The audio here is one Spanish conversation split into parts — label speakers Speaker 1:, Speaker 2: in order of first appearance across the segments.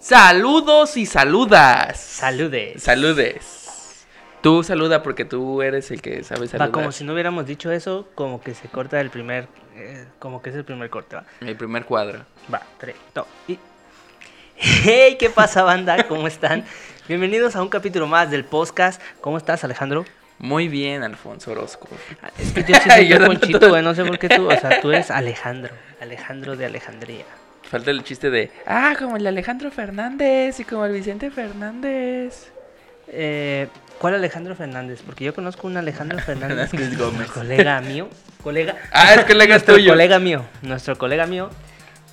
Speaker 1: Saludos y saludas.
Speaker 2: Saludes.
Speaker 1: Saludes. Tú saluda porque tú eres el que sabe
Speaker 2: Va,
Speaker 1: saludar.
Speaker 2: como si no hubiéramos dicho eso, como que se corta el primer. eh, como que es el primer corte, va.
Speaker 1: El primer cuadro.
Speaker 2: Va, tres, dos y. ¡Hey! ¿Qué pasa, banda? ¿Cómo están? Bienvenidos a un capítulo más del podcast. ¿Cómo estás, Alejandro?
Speaker 1: Muy bien, Alfonso Orozco.
Speaker 2: Es que yo sí soy
Speaker 1: Yo
Speaker 2: un
Speaker 1: no-
Speaker 2: Ponchito, güey, No sé por qué tú. O sea, tú eres Alejandro. Alejandro de Alejandría.
Speaker 1: Falta el chiste de, ah, como el Alejandro Fernández y como el Vicente Fernández.
Speaker 2: Eh, ¿Cuál Alejandro Fernández? Porque yo conozco un Alejandro Fernández.
Speaker 1: Fernández
Speaker 2: nuestro
Speaker 1: Gómez.
Speaker 2: Colega mío. Colega.
Speaker 1: Ah, es colega
Speaker 2: nuestro
Speaker 1: tuyo.
Speaker 2: colega mío. Nuestro colega mío.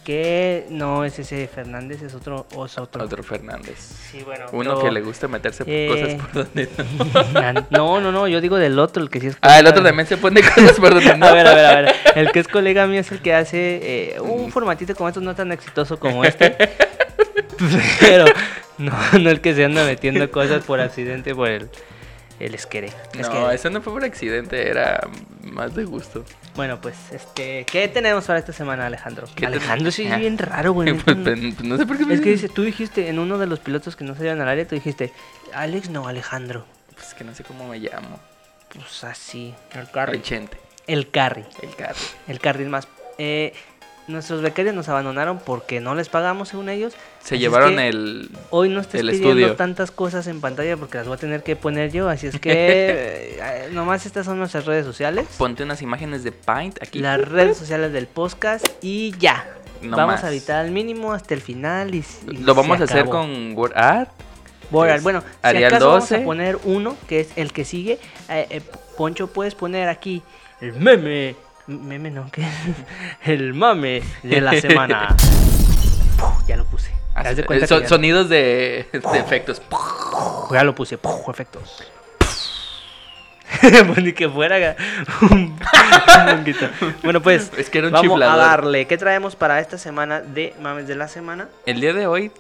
Speaker 2: Que no es ese Fernández, es otro. o Es otro.
Speaker 1: Otro Fernández.
Speaker 2: Sí, bueno.
Speaker 1: Uno
Speaker 2: pero-
Speaker 1: que le gusta meterse
Speaker 2: eh,
Speaker 1: cosas por donde no.
Speaker 2: No, no, no. Yo digo del otro, el que sí es.
Speaker 1: Ah, el
Speaker 2: colega
Speaker 1: otro
Speaker 2: mío.
Speaker 1: también se pone cosas por donde no.
Speaker 2: A ver, a ver, a ver. El que es colega mío es el que hace eh,
Speaker 1: Mm.
Speaker 2: un formatito como estos, no tan exitoso como este. Pero no, no el que se anda metiendo cosas por accidente por el, el esquere. Es
Speaker 1: No,
Speaker 2: que-
Speaker 1: eso no fue por accidente, era más de gusto.
Speaker 2: Bueno, pues, este, ¿qué tenemos para esta semana, Alejandro?
Speaker 1: ¿Qué
Speaker 2: Alejandro
Speaker 1: ten-
Speaker 2: sí
Speaker 1: Ah.
Speaker 2: es bien raro, güey.
Speaker 1: Pues,
Speaker 2: neta,
Speaker 1: pues, no sé por qué
Speaker 2: no-
Speaker 1: me
Speaker 2: Es que
Speaker 1: dices-
Speaker 2: dice, tú dijiste en uno de los pilotos que no salieron al área, tú dijiste, Alex no, Alejandro.
Speaker 1: Pues que no sé cómo me llamo.
Speaker 2: Pues así. El
Speaker 1: Richente,
Speaker 2: El carry.
Speaker 1: el carro.
Speaker 2: El carril más. Eh, nuestros becarios nos abandonaron porque no les pagamos, según ellos. Así
Speaker 1: Se
Speaker 2: es
Speaker 1: llevaron
Speaker 2: que
Speaker 1: el.
Speaker 2: Hoy no estés
Speaker 1: el
Speaker 2: pidiendo
Speaker 1: estudio.
Speaker 2: tantas cosas en pantalla porque las voy a tener que poner yo. Así es que. eh, nomás estas son nuestras redes sociales.
Speaker 1: Ponte unas imágenes de Paint aquí.
Speaker 2: Las redes sociales del podcast y ya.
Speaker 1: No
Speaker 2: vamos
Speaker 1: más.
Speaker 2: a evitar al mínimo hasta el final y, s- y
Speaker 1: Lo vamos
Speaker 2: se
Speaker 1: a hacer
Speaker 2: acabó.
Speaker 1: con Word Art.
Speaker 2: Boral. Bueno, si
Speaker 1: Arial
Speaker 2: acaso vamos
Speaker 1: 12.
Speaker 2: a poner uno, que es el que sigue. Eh, eh, Poncho, puedes poner aquí el meme. Meme no, que el mame de la semana. Puf, ya lo puse.
Speaker 1: Así-
Speaker 2: Haz de cuenta
Speaker 1: eh, son-
Speaker 2: que ya,
Speaker 1: sonidos de, de efectos.
Speaker 2: ya lo puse. Puf, efectos. Pues Ni que fuera un, un honguito. Bueno, pues
Speaker 1: Es que era un
Speaker 2: vamos
Speaker 1: chiflador.
Speaker 2: a darle. ¿Qué traemos para esta semana de mames de la semana?
Speaker 1: El día de hoy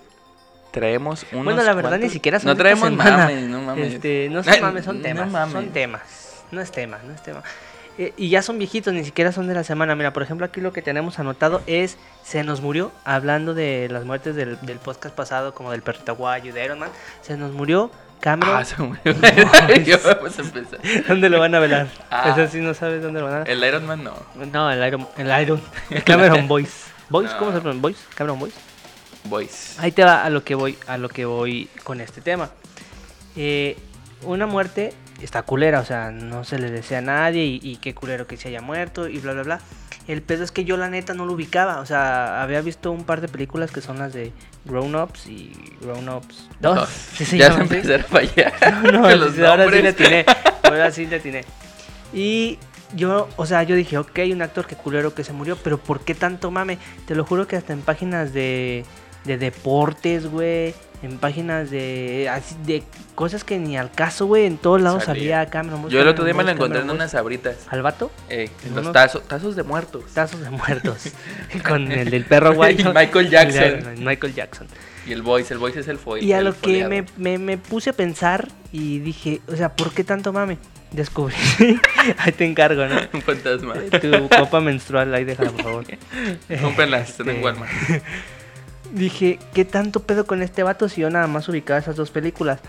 Speaker 1: traemos unos.
Speaker 2: Bueno, la verdad ni
Speaker 1: cuantos-
Speaker 2: siquiera son
Speaker 1: No
Speaker 2: de esta
Speaker 1: traemos
Speaker 2: semana.
Speaker 1: mames, no mames.
Speaker 2: Este, no son
Speaker 1: Eh,
Speaker 2: mames, son
Speaker 1: no
Speaker 2: temas.
Speaker 1: mames.
Speaker 2: Son temas. No es tema, no es tema. Eh, y ya son viejitos, ni siquiera son de la semana. Mira, por ejemplo, aquí lo que tenemos anotado es Se nos murió, hablando de las muertes del, del podcast pasado, como del perrito guayo y de Iron Man. Se nos murió Cameron.
Speaker 1: Ah, se murió. Ya vamos a empezar.
Speaker 2: ¿Dónde lo van a velar?
Speaker 1: Ah.
Speaker 2: Eso sí no sabes dónde lo van a
Speaker 1: El Iron Man no.
Speaker 2: No, el Iron. El Iron. el Cameron Boys. ¿Boys?
Speaker 1: No.
Speaker 2: ¿Cómo se pronuncia? ¿Boys? ¿Cameron Boys?
Speaker 1: Boys.
Speaker 2: Ahí te va a lo que voy, a lo que voy con este tema. Eh, una muerte está culera, o sea, no se le desea a nadie y, y qué culero que se haya muerto y bla, bla, bla. El pedo es que yo la neta no lo ubicaba, o sea, había visto un par de películas que son las de Grown Ups y Grown Ups 2.
Speaker 1: Dos.
Speaker 2: Sí, se
Speaker 1: ya se
Speaker 2: llaman así.
Speaker 1: empezaron a fallar.
Speaker 2: No,
Speaker 1: con
Speaker 2: sí, ahora sí
Speaker 1: nombres.
Speaker 2: le atiné. Ahora sí le atiné. Y yo, o sea, yo dije, ok, un actor que culero que se murió, pero ¿por qué tanto mame? Te lo juro que hasta en páginas de, de deportes, güey, en páginas de, así, de cosas que ni al caso, güey, en todos lados
Speaker 1: Salía.
Speaker 2: salía Cameron Boyce,
Speaker 1: Yo el otro
Speaker 2: Cameron
Speaker 1: día me la
Speaker 2: Boyce,
Speaker 1: encontré en
Speaker 2: Cameron
Speaker 1: unas sabritas.
Speaker 2: Boyce. ¿Al vato?
Speaker 1: Eh, en
Speaker 2: Unos-
Speaker 1: los tazos, tazos de muertos.
Speaker 2: Tazos de muertos. con el del perro guay.
Speaker 1: Y Michael Jackson.
Speaker 2: Michael Jackson.
Speaker 1: Y el Boys, el Boys es el foil.
Speaker 2: Y a
Speaker 1: el
Speaker 2: lo que
Speaker 1: foleado.
Speaker 2: me, me- me puse a pensar y dije, o sea, ¿por qué tanto mame? Descubrí. ahí te encargo, ¿no?
Speaker 1: Un fantasma.
Speaker 2: Tu copa menstrual, ahí déjala, por favor.
Speaker 1: Cómprenlas, están en
Speaker 2: Este,
Speaker 1: Walmart.
Speaker 2: Dije, ¿qué tanto pedo con este vato si yo nada más ubicaba esas dos películas?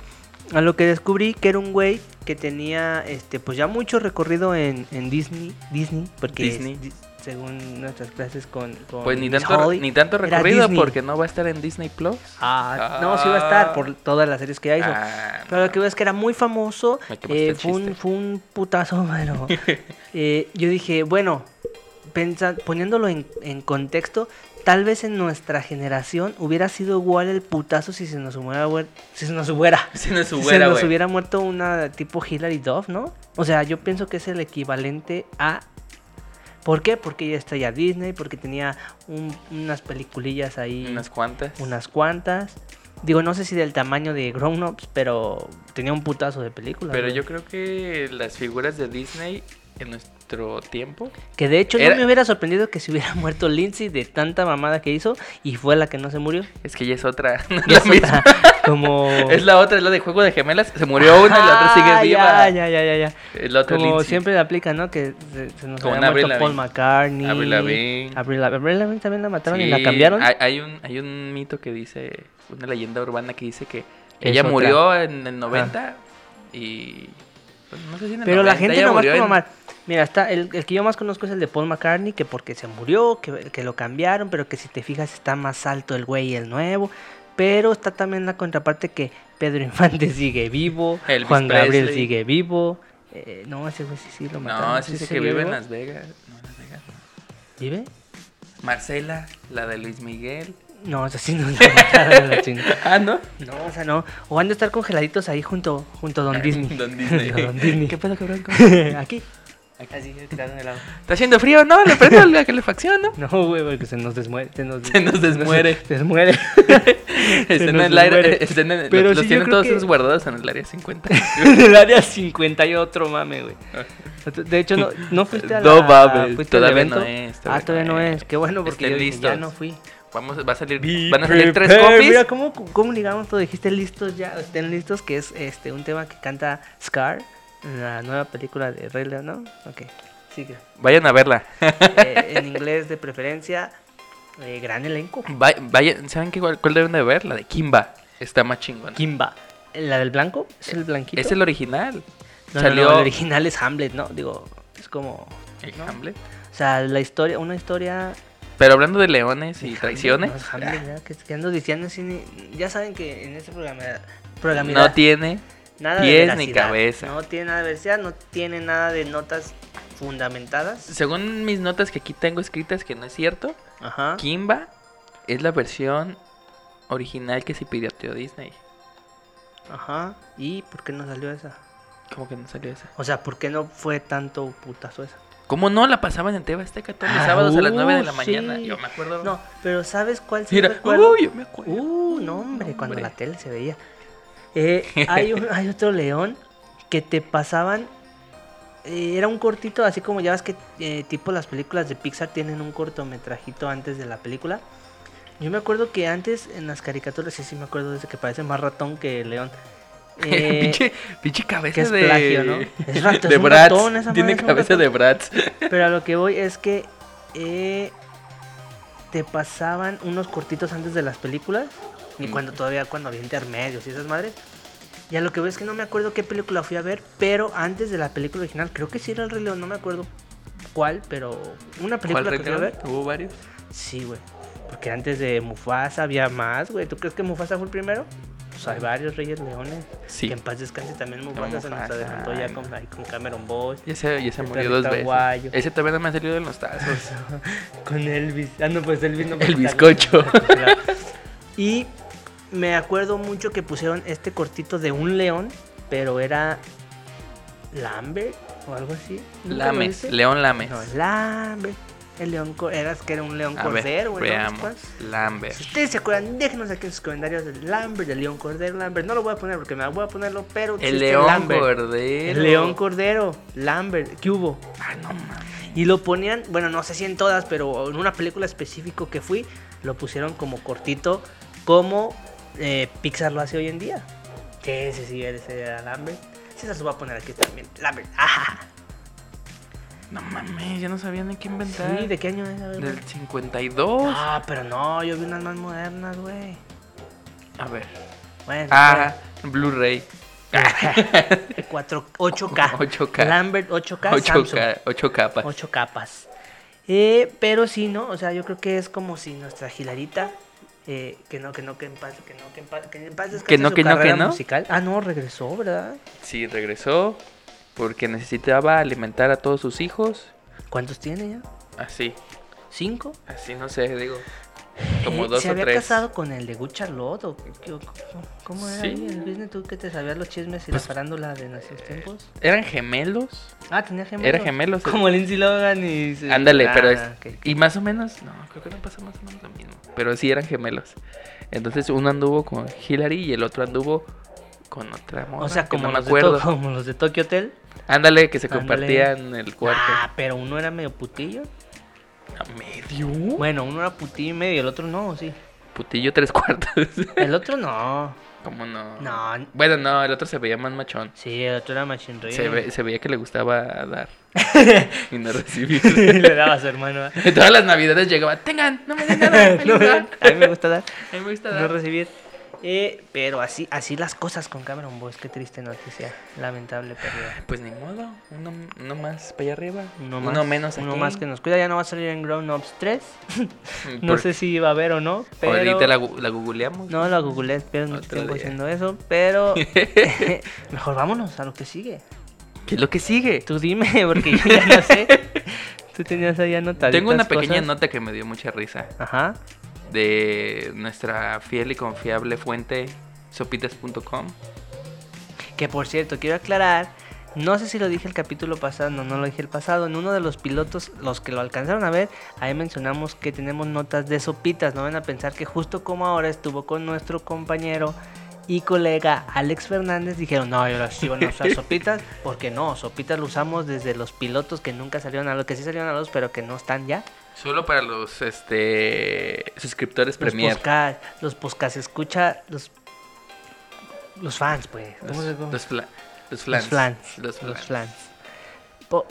Speaker 2: A lo que descubrí que era un güey que tenía, este, pues ya mucho recorrido en, en Disney, Disney, porque es
Speaker 1: Disney.
Speaker 2: di- según nuestras clases con, con
Speaker 1: Pues ni
Speaker 2: Miss
Speaker 1: tanto,
Speaker 2: Holly.
Speaker 1: ni tanto
Speaker 2: Era
Speaker 1: recorrido
Speaker 2: Disney.
Speaker 1: porque no va a estar en Disney Plus.
Speaker 2: Ah, no, sí va a estar por todas las series que ya hizo.
Speaker 1: Ah,
Speaker 2: Pero lo que veo es que era muy famoso.
Speaker 1: Me quemaste
Speaker 2: eh,
Speaker 1: el
Speaker 2: fue, un,
Speaker 1: chiste.
Speaker 2: fue un putazo, pero. eh, yo dije, bueno, pensa- poniéndolo en, en contexto, tal vez en nuestra generación hubiera sido igual el putazo si se nos hubiera. huer- Si se nos hubiera.
Speaker 1: Si no es su
Speaker 2: si
Speaker 1: güera,
Speaker 2: se nos
Speaker 1: güey.
Speaker 2: hubiera muerto una tipo Hillary Duff, ¿no? O sea, yo pienso que es el equivalente a. ¿Por qué? Porque ella está ya Disney, porque tenía un- unas peliculillas ahí
Speaker 1: Unas cuantas.
Speaker 2: unas cuantas. Digo, no sé si del tamaño de Grown Ups, pero tenía un putazo de películas.
Speaker 1: Pero
Speaker 2: güey.
Speaker 1: yo creo que las figuras de Disney en nuestro tiempo.
Speaker 2: Que de hecho
Speaker 1: Era-
Speaker 2: no me hubiera sorprendido que se hubiera muerto Lindsay de tanta mamada que hizo y fue la que no se murió.
Speaker 1: Es que ya es otra. no es
Speaker 2: Y
Speaker 1: la
Speaker 2: es
Speaker 1: misma.
Speaker 2: otra, como...
Speaker 1: Es la otra, es la de Juego de Gemelas. Se murió una y la otra
Speaker 2: Ah,
Speaker 1: sigue viva.
Speaker 2: Ya, ya, ya, ya. ya.
Speaker 1: Eh, La otra
Speaker 2: Como
Speaker 1: Lindsay.
Speaker 2: siempre aplica, ¿no? Que se, se nos
Speaker 1: Con
Speaker 2: había
Speaker 1: Avril
Speaker 2: muerto Paul
Speaker 1: Lavigne.
Speaker 2: McCartney.
Speaker 1: Avril Lavigne.
Speaker 2: Avril Lav- Avril Lavigne también la mataron y la
Speaker 1: Sí,
Speaker 2: cambiaron.
Speaker 1: Hay, hay un, hay un mito que dice, una leyenda urbana que dice que
Speaker 2: Es
Speaker 1: ella
Speaker 2: otra. Ah.
Speaker 1: murió en el 90 y... pues, no sé si en el
Speaker 2: Pero la
Speaker 1: 90,
Speaker 2: gente
Speaker 1: ella
Speaker 2: nomás
Speaker 1: murió
Speaker 2: por
Speaker 1: en-
Speaker 2: mamar. Mira, está el, el que yo más conozco es el de Paul McCartney, que porque se murió, que, que lo cambiaron, pero que si te fijas está más alto el güey el nuevo. Pero está también la contraparte que Pedro Infante sigue vivo,
Speaker 1: Elvis
Speaker 2: Juan Gabriel
Speaker 1: Presley.
Speaker 2: sigue vivo. Eh, no, ese güey sí, sí lo mataron.
Speaker 1: No, ese
Speaker 2: sí
Speaker 1: dice que
Speaker 2: sigue
Speaker 1: vive en
Speaker 2: vivo.
Speaker 1: Las Vegas. No, en Las Vegas. no.
Speaker 2: ¿Vive?
Speaker 1: Marcela, la de Luis Miguel.
Speaker 2: No, eso sí no lo mataron a la chingada.
Speaker 1: Ah, ¿no?
Speaker 2: No, o sea, no. O han de estar congeladitos ahí junto, junto a Don Disney.
Speaker 1: Don Disney.
Speaker 2: Don Disney.
Speaker 1: ¿Qué pedo, cabrón? ¿Cómo?
Speaker 2: Aquí. Así, tirado de lado.
Speaker 1: ¿Está haciendo frío? No, le prendo la calefacción, ¿no?
Speaker 2: No, güey, porque se nos desmuere. Se nos,
Speaker 1: Se nos desmuere.
Speaker 2: Se desmuere.
Speaker 1: Están en
Speaker 2: nos
Speaker 1: el aire.
Speaker 2: desmuere.
Speaker 1: están en-
Speaker 2: Pero
Speaker 1: los
Speaker 2: sí, yo
Speaker 1: tienen
Speaker 2: creo
Speaker 1: todos
Speaker 2: que-
Speaker 1: esos guardados en el área 50.
Speaker 2: en el área 50 y otro mame, güey. De hecho, no, no fuiste a la...
Speaker 1: No mames,
Speaker 2: ¿fuiste al
Speaker 1: todavía
Speaker 2: evento?
Speaker 1: no es,
Speaker 2: Ah, todavía no es. Qué bueno, porque yo
Speaker 1: Estén
Speaker 2: dije, ya
Speaker 1: listos.
Speaker 2: no fui.
Speaker 1: Vamos, va a salir, van a salir tres copies.
Speaker 2: Mira, ¿cómo, cómo ligamos todo? Dijiste listos ya, estén listos, que es este un tema que canta Scar en la nueva película de Rey León, ¿no? Ok, sigue.
Speaker 1: Vayan a verla.
Speaker 2: Eh, en inglés de preferencia, eh, gran elenco.
Speaker 1: Va- vayan, ¿saben qué, cuál, cuál deben de ver? La de Kimba. Está más chingona.
Speaker 2: Kimba. ¿La del blanco? ¿Es el blanquito?
Speaker 1: Es el original.
Speaker 2: No, no, no,
Speaker 1: Salió
Speaker 2: el original es Hamlet, ¿no? Digo, es como...
Speaker 1: el
Speaker 2: ¿no?
Speaker 1: Hamlet.
Speaker 2: O sea, la historia, una historia...
Speaker 1: Pero hablando de leones y
Speaker 2: Hamlet,
Speaker 1: traiciones,
Speaker 2: no, es Hamlet, ya, que, que ando diciendo así, ni- Ya saben que en este programa... programa
Speaker 1: no tiene.
Speaker 2: nada de
Speaker 1: pies ni
Speaker 2: veracidad,
Speaker 1: cabeza.
Speaker 2: No tiene nada de veracidad, no tiene nada de notas fundamentadas.
Speaker 1: Según mis notas que aquí tengo escritas, que no es cierto,
Speaker 2: Ajá.
Speaker 1: Kimba es la versión original que se pirateó Disney.
Speaker 2: Ajá. ¿Y por qué no salió esa?
Speaker 1: ¿Cómo que no salió esa?
Speaker 2: O sea, ¿por qué no fue tanto putazo esa?
Speaker 1: ¿Cómo no? La pasaban en Teba Azteca todos los
Speaker 2: Ah,
Speaker 1: sábados a las 9 de
Speaker 2: uh,
Speaker 1: la mañana.
Speaker 2: sí.
Speaker 1: Yo me acuerdo.
Speaker 2: No, pero ¿sabes cuál sí
Speaker 1: Mira,
Speaker 2: recuerdo?
Speaker 1: uh, yo me acuerdo.
Speaker 2: Uh, no, hombre, cuando la tele se veía. Eh, hay, un- hay otro león que te pasaban. eh, era un cortito, así como ya ves que, eh, tipo, las películas de Pixar tienen un cortometrajito antes de la película. Yo me acuerdo que antes en las caricaturas, sí, sí, me acuerdo desde que parece más ratón que león. Eh,
Speaker 1: pinche, pinche cabeza
Speaker 2: que es
Speaker 1: de.
Speaker 2: plagio, ¿no? Es rato-
Speaker 1: de
Speaker 2: es un
Speaker 1: Bratz.
Speaker 2: ratón, esa madre
Speaker 1: Tiene
Speaker 2: es un
Speaker 1: cabeza
Speaker 2: ratón.
Speaker 1: de Bratz.
Speaker 2: Pero a lo que voy es que eh, te pasaban unos cortitos antes de las películas. Y
Speaker 1: Mm.
Speaker 2: cuando todavía, cuando había intermedios y esas madres. Y a lo que voy es que no me acuerdo qué película fui a ver, pero antes de la película original, creo que sí era el Rey León, no me acuerdo cuál, pero una película que fui a
Speaker 1: recuerdo?
Speaker 2: ver.
Speaker 1: Hubo varios.
Speaker 2: Sí, güey. Porque antes de Mufasa había más, güey. ¿Tú crees que Mufasa fue el primero? Pues hay varios Reyes Leones.
Speaker 1: Sí.
Speaker 2: Que en paz descanse también Mufasa, se nos
Speaker 1: Mufasa,
Speaker 2: adelantó ya
Speaker 1: ay,
Speaker 2: con, ahí con Cameron Boy.
Speaker 1: Ya se, ya se
Speaker 2: El
Speaker 1: murió dos
Speaker 2: perrito
Speaker 1: veces.
Speaker 2: aguayo.
Speaker 1: Ese también no me ha salido de los tazos.
Speaker 2: Con Elvis. Ah, no, pues Elvis no. porque
Speaker 1: El
Speaker 2: también-
Speaker 1: bizcocho.
Speaker 2: y me acuerdo mucho que pusieron este cortito de un león, pero era Lambert o algo así. ¿Nunca lo
Speaker 1: Lames,
Speaker 2: viste?
Speaker 1: León Lames.
Speaker 2: No, Lambert. El león cor- eras que era un león
Speaker 1: A ver,
Speaker 2: cordero, güey. ¿no?
Speaker 1: veamos. Lambert.
Speaker 2: Si ustedes se acuerdan, déjenos aquí en sus comentarios del Lambert, del león cordero, Lambert. No lo voy a poner porque me voy a ponerlo, pero
Speaker 1: El
Speaker 2: existe
Speaker 1: león
Speaker 2: Lambert.
Speaker 1: cordero.
Speaker 2: El león cordero, Lambert. ¿Qué hubo?
Speaker 1: Ah, no mames.
Speaker 2: Y lo ponían, bueno, no sé si en todas, pero en una película específico que fui, lo pusieron como cortito, como eh, Pixar lo hace hoy en día. Sí, sí, sí, ese era Lambert. Sí, se lo voy a poner aquí también. Lambert, ajá.
Speaker 1: No mames, ya no sabían de qué inventar.
Speaker 2: Sí, ¿de qué año es? A ver,
Speaker 1: Del
Speaker 2: güey.
Speaker 1: 52.
Speaker 2: Ah, pero no, yo vi unas más modernas, güey.
Speaker 1: A ver.
Speaker 2: Bueno,
Speaker 1: Ah, Blu-ray.
Speaker 2: bueno, cuatro- 8K.
Speaker 1: 8K.
Speaker 2: Lambert 8K. 8K.
Speaker 1: 8K, 8 capas.
Speaker 2: Ocho capas. Eh, pero sí, ¿no? O sea, yo creo que es como si nuestra Gilarita, eh, que no, que no, que en paz, que no, que en paz, que en paz descanse
Speaker 1: Que no,
Speaker 2: su
Speaker 1: que no, que
Speaker 2: carrera
Speaker 1: no.
Speaker 2: musical. Ah, no, regresó, ¿verdad?
Speaker 1: Sí, regresó porque necesitaba alimentar a todos sus hijos.
Speaker 2: ¿Cuántos tiene ya?
Speaker 1: Así,
Speaker 2: ¿Cinco?
Speaker 1: así no sé, digo. Como
Speaker 2: Eh,
Speaker 1: dos
Speaker 2: ¿Se
Speaker 1: o
Speaker 2: había
Speaker 1: tres.
Speaker 2: casado con el de Good Charlotte? ¿O qué- o cómo- ¿Cómo era
Speaker 1: Sí.
Speaker 2: ahí el business? ¿Tú que te sabías los chismes y
Speaker 1: Pues,
Speaker 2: la farándula de nuestros tiempos?
Speaker 1: Eran gemelos.
Speaker 2: Ah, tenía gemelos.
Speaker 1: Era gemelos.
Speaker 2: Como Lindsay Logan y...
Speaker 1: Ándale,
Speaker 2: Ah,
Speaker 1: pero es.
Speaker 2: ok.
Speaker 1: Y más o menos, no, creo que no pasa más o menos lo mismo. Pero sí eran gemelos. Entonces uno anduvo con Hillary y el otro anduvo con otra morra.
Speaker 2: O sea,
Speaker 1: que
Speaker 2: como,
Speaker 1: no me
Speaker 2: los de
Speaker 1: acuerdo.
Speaker 2: To- como los de Tokyo Hotel.
Speaker 1: Ándale, que se
Speaker 2: Ándale.
Speaker 1: compartían el cuarto.
Speaker 2: Ah, pero uno era medio putillo.
Speaker 1: ¿A medio?
Speaker 2: Bueno, uno era putillo y medio, el otro no, sí.
Speaker 1: Putillo tres cuartos.
Speaker 2: El otro no.
Speaker 1: ¿Cómo no?
Speaker 2: No,
Speaker 1: Bueno, no, el otro se veía más machón.
Speaker 2: sí, el otro era Machine Ryu.
Speaker 1: Se, ve- se veía que le gustaba dar y no recibir.
Speaker 2: Le daba a su hermano. ¿eh?
Speaker 1: Todas las navidades llegaba, tengan, no me den nada, feliz
Speaker 2: No,
Speaker 1: Navidad".
Speaker 2: a mí me gusta dar,
Speaker 1: A mí me gusta
Speaker 2: no
Speaker 1: dar.
Speaker 2: recibir. Eh, pero así, así las cosas con Cameron Boys, qué triste noticia. Lamentable pérdida.
Speaker 1: Pues ni modo, uno, uno más para allá arriba,
Speaker 2: Uno,
Speaker 1: uno,
Speaker 2: más,
Speaker 1: menos aquí.
Speaker 2: Uno más que nos cuida, ya no va a salir en Grown Ups 3.
Speaker 1: Mm, Por-
Speaker 2: No sé si va a haber o no, pero...
Speaker 1: Ahorita la, gu- la googleamos.
Speaker 2: No, la googleé, pero no
Speaker 1: Otro
Speaker 2: tengo
Speaker 1: día.
Speaker 2: haciendo eso, pero... Mejor vámonos a lo que sigue.
Speaker 1: ¿Qué es lo que sigue?
Speaker 2: Tú dime, porque yo ya no sé. Tú tenías ahí anotaditas
Speaker 1: Tengo una pequeña
Speaker 2: cosas.
Speaker 1: nota que me dio mucha risa
Speaker 2: Ajá.
Speaker 1: de nuestra fiel y confiable fuente sopitas.com.
Speaker 2: Que por cierto, quiero aclarar, no sé si lo dije el capítulo pasado, no, no lo dije el pasado, en uno de los pilotos, los que lo alcanzaron a ver, ahí mencionamos que tenemos notas de sopitas, no van a pensar que justo como ahora estuvo con nuestro compañero y colega Alex Fernández, dijeron, no, yo sí van a usar sopitas, porque no, sopitas lo usamos desde los pilotos que nunca salieron a los que sí salieron a los, pero que no están ya.
Speaker 1: Solo para los este suscriptores
Speaker 2: Los
Speaker 1: Premier.
Speaker 2: podcast, los podcast escucha, los... Los fans, pues. ¿Cómo se-
Speaker 1: Los,
Speaker 2: cómo-
Speaker 1: los, fla- los
Speaker 2: Los
Speaker 1: flans.
Speaker 2: flans.
Speaker 1: Los
Speaker 2: Los flans.
Speaker 1: flans.
Speaker 2: Po-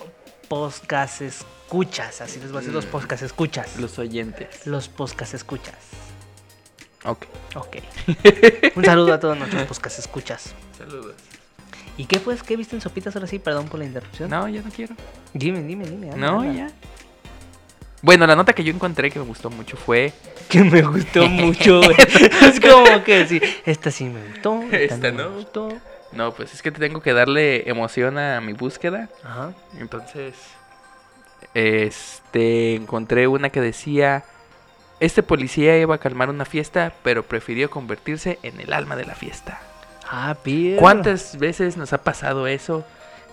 Speaker 2: podcast escuchas. Así les voy a decir los
Speaker 1: Mm.
Speaker 2: podcast escuchas. Los,
Speaker 1: Los oyentes.
Speaker 2: podcast escuchas.
Speaker 1: Ok.
Speaker 2: Ok. Un saludo a todos nuestros podcast escuchas.
Speaker 1: Saludos.
Speaker 2: ¿Y qué pues? ¿Qué viste en Sopitas ahora sí? Perdón por la interrupción.
Speaker 1: No, ya no quiero.
Speaker 2: Dime, dime, dime. anda,
Speaker 1: No, ya.
Speaker 2: anda.
Speaker 1: Bueno, la nota que yo encontré que me gustó mucho fue.
Speaker 2: Que me gustó mucho, güey. es como que sí. Esta sí me gustó. Esta,
Speaker 1: Esta
Speaker 2: no.
Speaker 1: no.
Speaker 2: Me gustó.
Speaker 1: No, pues es que tengo que darle emoción a mi búsqueda.
Speaker 2: Ajá.
Speaker 1: Entonces, este, encontré una que decía, este policía iba a calmar una fiesta, pero prefirió convertirse en el alma de la fiesta.
Speaker 2: Ah, pirro.
Speaker 1: ¿Cuántas veces nos ha pasado eso?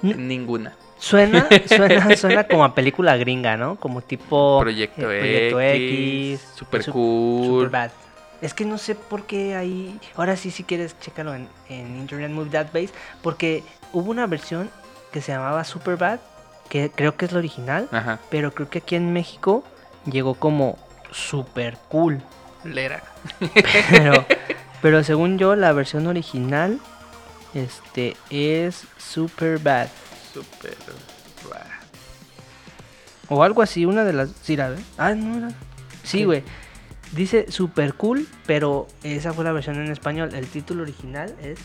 Speaker 2: N-
Speaker 1: Ninguna.
Speaker 2: Suena, suena, suena como a película gringa, ¿no? Como tipo
Speaker 1: Proyecto,
Speaker 2: eh, Proyecto
Speaker 1: X, super
Speaker 2: Sup-
Speaker 1: cool.
Speaker 2: Superbad. Es que no sé por qué ahí. Ahora sí, si quieres, chécalo en, en Internet Movie Database. Porque hubo una versión que se llamaba Superbad, que creo que es la original.
Speaker 1: Ajá.
Speaker 2: Pero creo que aquí en México llegó como Super Cool.
Speaker 1: Lera.
Speaker 2: Pero, pero según yo, la versión original este, es Superbad.
Speaker 1: Super.
Speaker 2: O algo así, una de las. Sí, la ve. Ah, no era. Sí,
Speaker 1: ¿Qué?
Speaker 2: güey. Dice super cool, pero esa fue la versión en español. El título original es.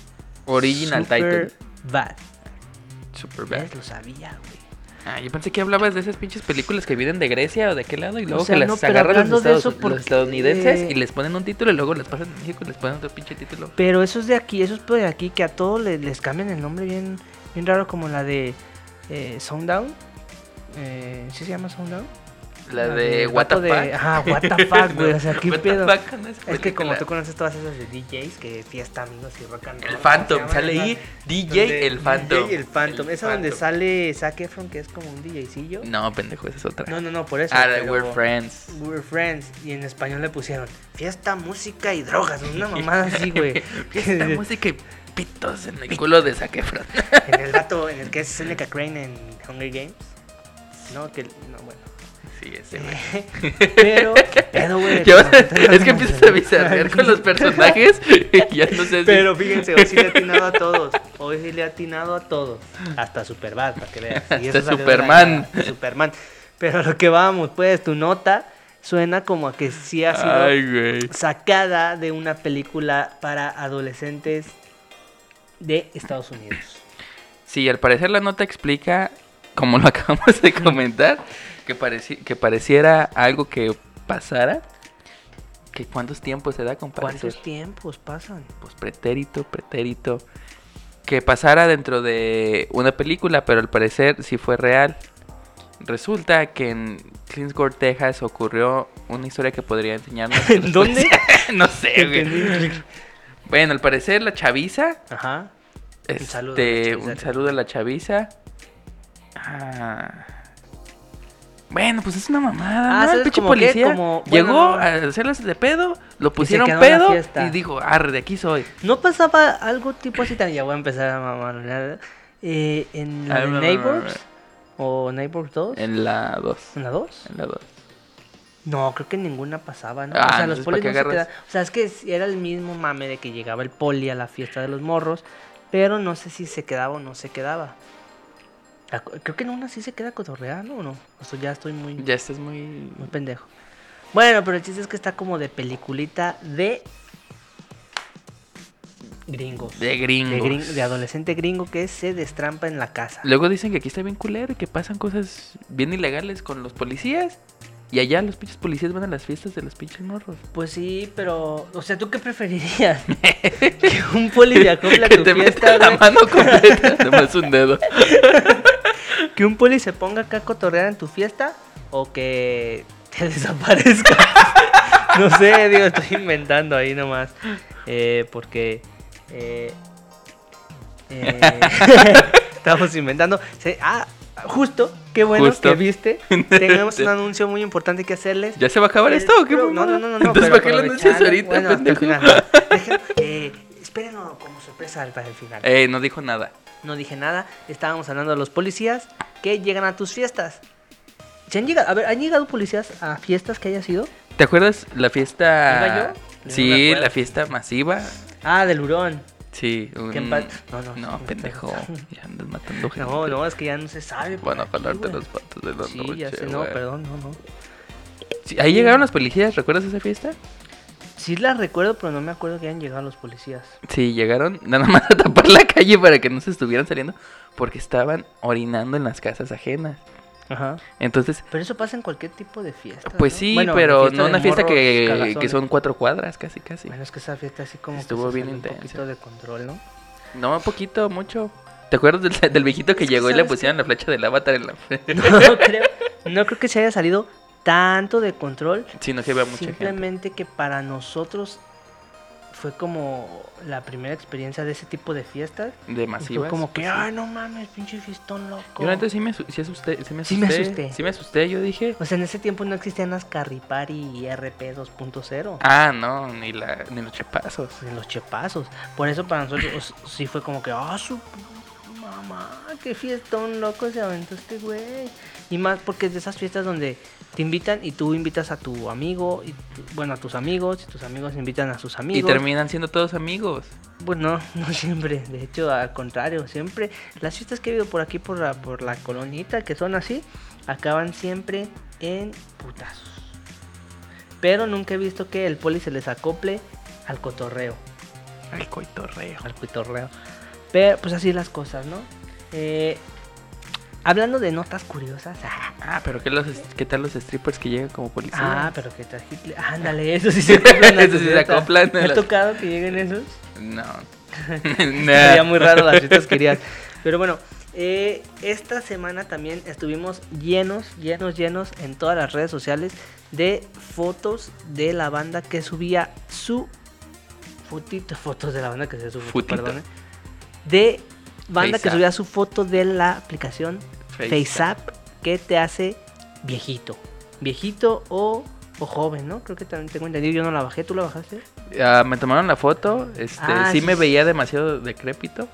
Speaker 1: Original
Speaker 2: Super
Speaker 1: title.
Speaker 2: Bad.
Speaker 1: Super
Speaker 2: ¿Ves? Lo sabía, güey.
Speaker 1: Ah, yo pensé que hablabas de esas pinches películas que vienen de Grecia o de qué lado y luego
Speaker 2: sea,
Speaker 1: que las
Speaker 2: no, pero
Speaker 1: agarran
Speaker 2: hablando
Speaker 1: los,
Speaker 2: de
Speaker 1: Estados-
Speaker 2: eso, ¿por
Speaker 1: los estadounidenses
Speaker 2: qué?
Speaker 1: y les ponen un título y luego les pasan a México y les ponen otro pinche título.
Speaker 2: Pero esos de aquí, esos pues, de aquí que a todos le- les, cambian el nombre bien, bien raro, como la de eh, Sounddown. Eh, ¿Sí se llama Sounddown?
Speaker 1: La de
Speaker 2: Ah, del
Speaker 1: What the
Speaker 2: vato de-
Speaker 1: Fuck.
Speaker 2: Ajá, What the Fuck, güey. O sea, qué
Speaker 1: What the
Speaker 2: pedo.
Speaker 1: fuck con esa
Speaker 2: Es que como
Speaker 1: película.
Speaker 2: tú conoces todas esas de DJs, que fiesta, amigos y rock and
Speaker 1: El
Speaker 2: roll,
Speaker 1: Phantom,
Speaker 2: ¿cómo se
Speaker 1: sale
Speaker 2: llama?
Speaker 1: ahí DJ
Speaker 2: Donde-
Speaker 1: el Phantom.
Speaker 2: DJ el Phantom.
Speaker 1: El
Speaker 2: Esa donde
Speaker 1: Phantom.
Speaker 2: sale Zac Efron, que es como un DJcillo.
Speaker 1: No, pendejo, esa es otra.
Speaker 2: No, no, no, por eso.
Speaker 1: ah, de
Speaker 2: pero-
Speaker 1: We're Friends.
Speaker 2: We're Friends. Y en español le pusieron fiesta, música y drogas. Una mamada así, güey.
Speaker 1: Esta música y pitos en el culo de Zac Efron.
Speaker 2: en el vato, en el que es Seneca Crane en Hunger Games. No, que. No, bueno.
Speaker 1: Sí, ese güey.
Speaker 2: Pero, ¿qué pedo, güey?
Speaker 1: Ya vas a- Es que empiezas a bizarrear con los personajes y ya no sé si...
Speaker 2: Pero fíjense, hoy sí le he atinado a todos. Hoy sí le he atinado a todos. Hasta Superman, para que veas. Y eso
Speaker 1: Hasta
Speaker 2: salió de la
Speaker 1: Superman.
Speaker 2: nada, Superman. Pero lo que vamos, pues, tu nota suena como a que sí ha sido
Speaker 1: Ay, güey.
Speaker 2: sacada de una película para adolescentes de Estados Unidos.
Speaker 1: Sí, al parecer la nota explica, como lo acabamos de comentar, que, pareci- que pareciera algo que pasara. Que cuántos tiempos se da con
Speaker 2: ¿Cuántos
Speaker 1: parecer?
Speaker 2: tiempos pasan?
Speaker 1: Pues pretérito, pretérito. Que pasara dentro de una película, pero al parecer sí fue real. Resulta que en Clinsgore, Texas ocurrió una historia que podría enseñarnos.
Speaker 2: ¿En dónde?
Speaker 1: no sé, güey. Bueno, al parecer la chaviza
Speaker 2: Ajá.
Speaker 1: este,
Speaker 2: Un
Speaker 1: un
Speaker 2: saludo a
Speaker 1: saludo,
Speaker 2: la chaviza.
Speaker 1: a la chaviza. Ah, Bueno, pues es una mamada,
Speaker 2: Ah,
Speaker 1: ¿no? El
Speaker 2: ¿sabes
Speaker 1: pinche
Speaker 2: como qué?
Speaker 1: policía
Speaker 2: Como- bueno,
Speaker 1: llegó
Speaker 2: no, no.
Speaker 1: a hacerles de pedo, lo pusieron
Speaker 2: quedó en la
Speaker 1: pedo
Speaker 2: fiesta.
Speaker 1: y dijo, arre, de aquí soy.
Speaker 2: ¿No pasaba algo tipo así tan... Ya voy a empezar a mamar, ¿verdad? Eh, en la
Speaker 1: A
Speaker 2: de
Speaker 1: ver, a ver, a ver, a ver.
Speaker 2: Neighbors o Neighbors 2.
Speaker 1: En la 2.
Speaker 2: ¿En la 2?
Speaker 1: En la 2.
Speaker 2: No, creo que ninguna pasaba, ¿no?
Speaker 1: Ah,
Speaker 2: o sea, los
Speaker 1: entonces,
Speaker 2: polis
Speaker 1: ¿para
Speaker 2: no se
Speaker 1: qué
Speaker 2: quedaban.
Speaker 1: agarras?
Speaker 2: O sea, es que sí era el mismo mame de que llegaba el poli a la fiesta de los morros, pero no sé si se quedaba o no se quedaba. La co- Creo que en una sí se queda cotorreando o no. O sea, ya estoy muy,
Speaker 1: Ya estás muy...
Speaker 2: muy pendejo. Bueno, pero el chiste es que está como de peliculita de gringo.
Speaker 1: De
Speaker 2: De,
Speaker 1: gringos.
Speaker 2: gring- de adolescente gringo que se destrampa en la casa.
Speaker 1: Luego dicen que aquí está bien culero y que pasan cosas bien ilegales con los policías. Y allá los pinches policías van a las fiestas de los pinches morros.
Speaker 2: Pues sí, pero, o sea, ¿tú qué preferirías? que un poli de acopla tu
Speaker 1: te
Speaker 2: fiesta,
Speaker 1: metan la
Speaker 2: güey?
Speaker 1: mano completa, nomás un dedo.
Speaker 2: ¿Que un poli se ponga acá a cotorrear en tu fiesta o que te desaparezca? no sé, digo, estoy inventando ahí nomás. Eh, porque... eh, eh, estamos inventando. Se- ah, justo, qué bueno
Speaker 1: Justo.
Speaker 2: que viste. Tenemos un anuncio muy importante que hacerles.
Speaker 1: ¿Ya se va a acabar
Speaker 2: El
Speaker 1: esto o qué?
Speaker 2: pro- No,
Speaker 1: mamada?
Speaker 2: no, no, no, no.
Speaker 1: Entonces,
Speaker 2: pero
Speaker 1: ¿para qué lo anuncias
Speaker 2: aprovechando-
Speaker 1: ahorita,
Speaker 2: bueno, hasta el
Speaker 1: pendejo?
Speaker 2: final. Dejen- eh, espérenlo como sorpresa para el final.
Speaker 1: Eh, no dijo nada.
Speaker 2: No dije nada. Estábamos hablando de los policías que llegan a tus fiestas. ¿Se han llegado, a ver, ¿han llegado policías a fiestas que haya sido?
Speaker 1: ¿Te acuerdas la
Speaker 2: ¿Iba
Speaker 1: fiesta?
Speaker 2: yo? No me
Speaker 1: Sí,
Speaker 2: acuerdo.
Speaker 1: la fiesta masiva.
Speaker 2: Ah, del hurón.
Speaker 1: Sí, un...
Speaker 2: Que en paz- no, no,
Speaker 1: No,
Speaker 2: no,
Speaker 1: pendejo. Ya andas matando gente.
Speaker 2: No, no, es que ya no se sabe. por
Speaker 1: Van a
Speaker 2: aquí,
Speaker 1: jalarte
Speaker 2: güey.
Speaker 1: los patos de la
Speaker 2: Sí,
Speaker 1: noche.
Speaker 2: ya sé, no,
Speaker 1: güey.
Speaker 2: perdón, no, no.
Speaker 1: Sí, ahí llegaron los policías, ¿recuerdas esa fiesta?
Speaker 2: Sí las recuerdo, pero no me acuerdo que hayan llegado los policías.
Speaker 1: Sí, llegaron nada más a tapar la calle para que no se estuvieran saliendo porque estaban orinando en las casas ajenas.
Speaker 2: Ajá.
Speaker 1: Entonces,
Speaker 2: Pero eso pasa en cualquier tipo de fiesta.
Speaker 1: pues
Speaker 2: ¿no?
Speaker 1: sí,
Speaker 2: Bueno,
Speaker 1: pero
Speaker 2: fiesta
Speaker 1: no
Speaker 2: de
Speaker 1: una fiesta
Speaker 2: morros,
Speaker 1: que,
Speaker 2: cagazones.
Speaker 1: que son cuatro cuadras, casi, casi.
Speaker 2: Bueno, es que esa fiesta así como
Speaker 1: Estuvo
Speaker 2: que se
Speaker 1: bien
Speaker 2: salió
Speaker 1: intensa.
Speaker 2: un poquito de control, ¿no?
Speaker 1: No, poquito, mucho. ¿Te acuerdas del, del viejito que
Speaker 2: Pues Es que
Speaker 1: llegó y le
Speaker 2: ¿sabes
Speaker 1: pusieron la flecha del avatar en la frente?
Speaker 2: No creo, no creo que se haya salido tanto de control.
Speaker 1: Sí, no que había mucha gente.
Speaker 2: Simplemente que para nosotros fue como la primera experiencia de ese tipo de fiestas.
Speaker 1: De
Speaker 2: Y fue
Speaker 1: masivas.
Speaker 2: como que,
Speaker 1: pues, sí.
Speaker 2: ah, no mames, pinche fiestón loco.
Speaker 1: Yo antes sí me, asu- sí asusté, sí me asusté.
Speaker 2: Sí me asusté.
Speaker 1: sí me asusté, yo dije.
Speaker 2: O sea, en ese tiempo no existían las Carripari y RP 2.0.
Speaker 1: Ah, no, ni, la, ni los chapazos.
Speaker 2: de los chepazos. Por eso para nosotros o s- sí fue como que, ah, su p- mamá, qué fiestón loco se aventó este güey. Y más porque es de esas fiestas donde te invitan y tú invitas a tu amigo, y tu- bueno, a tus amigos, y tus amigos invitan a sus amigos.
Speaker 1: Y terminan siendo todos amigos.
Speaker 2: Pues no, no siempre. De hecho, al contrario, siempre las fiestas que he vivido por aquí, por la, por la colonita, que son así, acaban siempre en putazos. Pero nunca he visto que el poli se les acople al cotorreo.
Speaker 1: Al coitorreo.
Speaker 2: al pitorreo. Pero pues así las cosas, ¿no? Eh, hablando de notas curiosas. Ah,
Speaker 1: Ah, pero ¿qué, los, ¿qué tal los strippers que llegan como policías?
Speaker 2: ah, pero que tal Hitler. Ándale, eso sí se acoplan. a
Speaker 1: Eso
Speaker 2: tus
Speaker 1: sí se
Speaker 2: notas.
Speaker 1: acoplan a
Speaker 2: ¿Te ha
Speaker 1: las-
Speaker 2: tocado que lleguen esos?
Speaker 1: No.
Speaker 2: Sería
Speaker 1: no.
Speaker 2: muy raro las citas querías. Pero bueno, eh, esta semana también estuvimos llenos, llenos, llenos en todas las redes sociales de fotos de la banda que subía su fotito, fotos de la banda que subía su foto,
Speaker 1: Futito.
Speaker 2: perdón, eh, de banda que
Speaker 1: FaceApp.
Speaker 2: subía su foto de la aplicación
Speaker 1: Face-
Speaker 2: FaceApp que te hace viejito, viejito o, o joven, ¿no? Creo que también tengo entendido, yo no la bajé, ¿tú la bajaste?
Speaker 1: Ah, me tomaron la foto. Este,
Speaker 2: Ah,
Speaker 1: sí,
Speaker 2: sí,
Speaker 1: me
Speaker 2: sí.
Speaker 1: veía demasiado decrépito.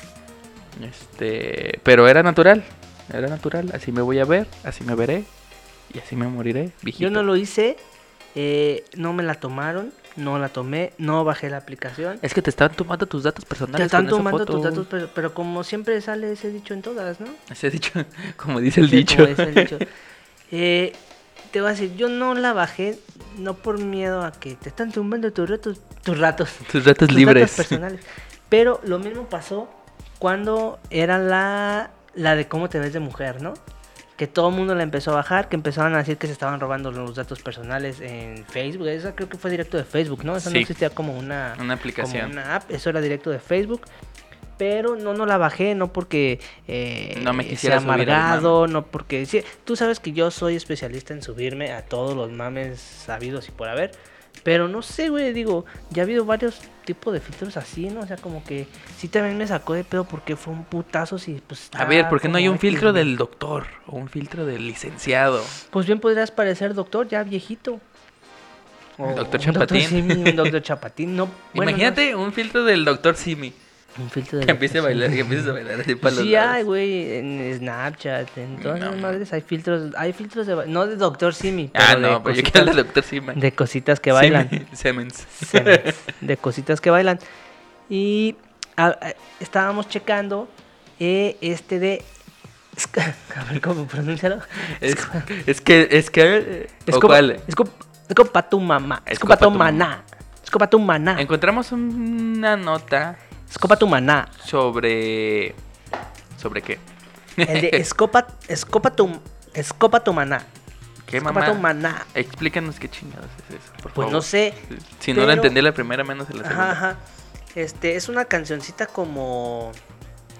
Speaker 1: Este, pero era natural. Era natural. Así me voy a ver, así me veré y así me moriré. Viejito.
Speaker 2: Yo no lo hice, eh, no me la tomaron, no la tomé, no bajé la aplicación.
Speaker 1: Es que te están tomando tus datos personales.
Speaker 2: Te están
Speaker 1: Eh, con esa
Speaker 2: tomando
Speaker 1: foto.
Speaker 2: tus datos, pero, pero como siempre sale ese dicho en todas, ¿no?
Speaker 1: Así es dicho, como dice el
Speaker 2: Sí,
Speaker 1: dicho.
Speaker 2: como dice el dicho. Eh, te voy a decir, yo no la bajé, no por miedo a que te están tumbando tus ratos, tus ratos,
Speaker 1: tus datos
Speaker 2: tus
Speaker 1: libres.
Speaker 2: datos personales. Pero lo mismo pasó cuando era la, la de cómo te ves de mujer, ¿no? Que todo el mundo la empezó a bajar, que empezaban a decir que se estaban robando los datos personales en Facebook. Esa creo que fue directo de Facebook, ¿no? Eso no
Speaker 1: Sí.
Speaker 2: existía como una,
Speaker 1: Una
Speaker 2: como
Speaker 1: aplicación.
Speaker 2: una app, eso era directo de Facebook. Pero no, no la bajé, no porque eh,
Speaker 1: No me
Speaker 2: sea
Speaker 1: quisiera subir al
Speaker 2: amargado, no porque... sí, tú sabes que yo soy especialista en subirme a todos los mames sabidos y por haber. Pero no sé, güey, digo, ya ha habido varios tipos de filtros así, ¿no? O sea, como que sí también me sacó de pedo porque fue un putazo si pues...
Speaker 1: A ver,
Speaker 2: está
Speaker 1: ¿por qué no hay
Speaker 2: como
Speaker 1: un
Speaker 2: X,
Speaker 1: filtro
Speaker 2: güey?
Speaker 1: del doctor o un filtro del licenciado?
Speaker 2: Pues bien podrías parecer doctor ya viejito. O
Speaker 1: El doctor
Speaker 2: un
Speaker 1: Chapatín.
Speaker 2: Simi, un doctor Chapatín, no... bueno, no-
Speaker 1: Imagínate un filtro del doctor Simi.
Speaker 2: un filtro del
Speaker 1: Que empiece a
Speaker 2: doctor Simi.
Speaker 1: bailar, que empiece a bailar así para los
Speaker 2: Sí
Speaker 1: lados.
Speaker 2: hay, güey, en Snapchat, en todas
Speaker 1: No,
Speaker 2: las
Speaker 1: man.
Speaker 2: madres hay filtros, hay filtros de... ba- No de Doctor Simi, pero
Speaker 1: Ah,
Speaker 2: de
Speaker 1: no, pero yo
Speaker 2: cositas-
Speaker 1: quiero el del doctor Simi.
Speaker 2: de cositas que bailan.
Speaker 1: Simi- Siemens.
Speaker 2: Semex, de cositas que bailan. Y a- a- estábamos checando eh, este de. Sc- A ver cómo pronunciarlo.
Speaker 1: Es, es que, es que. ¿o cuál?
Speaker 2: Escopa tu mamá. Escopa tu maná. Escopa tu maná.
Speaker 1: Encontramos una nota
Speaker 2: Escopa tu maná.
Speaker 1: sobre. ¿Sobre qué?
Speaker 2: El de escopa, escopa tu. Escopa tu maná.
Speaker 1: ¿Qué
Speaker 2: escopa
Speaker 1: mamá?
Speaker 2: tu maná.
Speaker 1: Explícanos qué chingados es eso, por
Speaker 2: Pues
Speaker 1: favor.
Speaker 2: no sé.
Speaker 1: Si no la
Speaker 2: pero-
Speaker 1: entendí la primera, menos la segunda.
Speaker 2: Ajá, ajá. Este, es una cancioncita como.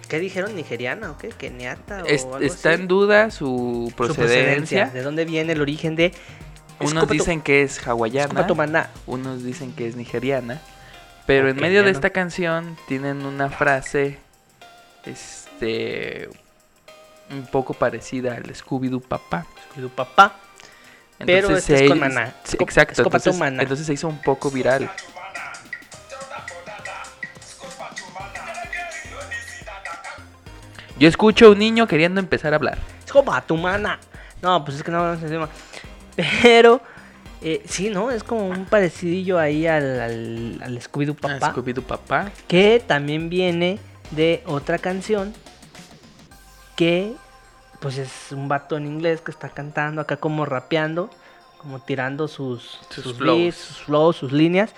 Speaker 2: ¿Qué dijeron? ¿Nigeriana o qué? ¿Keniata? O
Speaker 1: Es-
Speaker 2: algo
Speaker 1: está
Speaker 2: así?
Speaker 1: en duda su
Speaker 2: su
Speaker 1: procedencia.
Speaker 2: ¿De dónde viene el origen de
Speaker 1: Unos
Speaker 2: Escopato-
Speaker 1: dicen que es hawaiana,
Speaker 2: Escopatomaná?
Speaker 1: unos dicen que es nigeriana. Pero en
Speaker 2: Ok,
Speaker 1: medio
Speaker 2: ya
Speaker 1: de
Speaker 2: no.
Speaker 1: esta canción tienen una frase este un poco parecida al Scooby-Doo papá.
Speaker 2: Tu papá. Pero este es
Speaker 1: se
Speaker 2: con
Speaker 1: hi-
Speaker 2: maná.
Speaker 1: sí,
Speaker 2: Esco-
Speaker 1: Exacto,
Speaker 2: escopato
Speaker 1: entonces,
Speaker 2: maná.
Speaker 1: entonces se hizo un poco viral. Yo escucho a un niño queriendo empezar a hablar.
Speaker 2: Escopatumana. No, pues es que no hablamos ese tema. Pero, eh, sí, ¿no? Es como un parecidillo ahí al, al, al Scooby-Doo papá.
Speaker 1: Ah, Scooby-Doo papá.
Speaker 2: que también viene de otra canción que, pues es un vato en inglés que está cantando acá como rapeando, como tirando sus,
Speaker 1: Sus
Speaker 2: flows.
Speaker 1: flows.
Speaker 2: sus flows, sus líneas.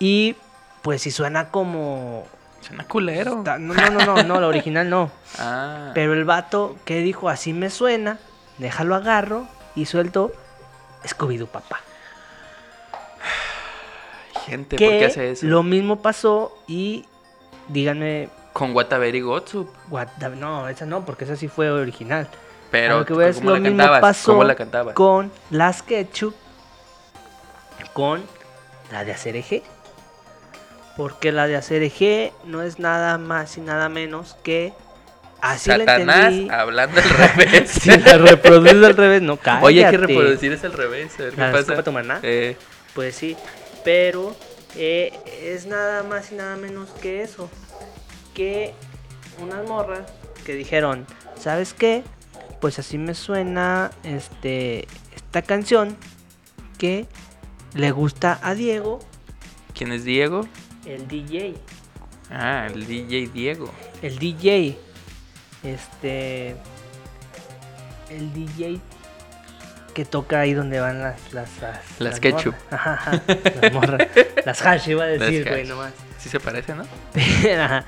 Speaker 2: Y pues si suena como...
Speaker 1: Suena culero.
Speaker 2: Está- No, no, no, no, no, la original no.
Speaker 1: Ah.
Speaker 2: Pero el vato que dijo, así me suena, déjalo agarro y suelto Scooby-Doo papá.
Speaker 1: Gente, ¿por qué
Speaker 2: Que
Speaker 1: hace eso?
Speaker 2: lo mismo pasó y díganme,
Speaker 1: Con Wataveri Gotsup.
Speaker 2: what the- no, esa no, porque esa sí fue original. A
Speaker 1: Pero
Speaker 2: lo que voy es
Speaker 1: ¿cómo
Speaker 2: lo
Speaker 1: la
Speaker 2: mismo
Speaker 1: cantabas?
Speaker 2: pasó
Speaker 1: ¿Cómo la cantabas?
Speaker 2: Con las ketchup, con la de hacer eje. Porque la de hacer eje no es nada más y nada menos que... Así la
Speaker 1: Satanás
Speaker 2: entendí.
Speaker 1: hablando al revés.
Speaker 2: Si la reproduces al revés, no cállate.
Speaker 1: Oye, hay que reproducir es al revés. A ver, ¿qué
Speaker 2: La
Speaker 1: pasa?
Speaker 2: escopa tu maná.
Speaker 1: Eh,
Speaker 2: Pues sí, pero eh, es nada más y nada menos que eso. Que unas morras que dijeron, ¿sabes qué? Pues así me suena este esta canción que le gusta a Diego,
Speaker 1: ¿Quién es Diego?
Speaker 2: el DJ.
Speaker 1: Ah, el DJ Diego.
Speaker 2: El DJ. Este. El DJ que toca ahí donde van las. Las, las,
Speaker 1: Las ketchup.
Speaker 2: morras. Ajá, ajá, las morras. Las hash iba a
Speaker 1: Las
Speaker 2: decir, güey,
Speaker 1: hash.
Speaker 2: nomás.
Speaker 1: Sí se parece, ¿no?
Speaker 2: Ajá.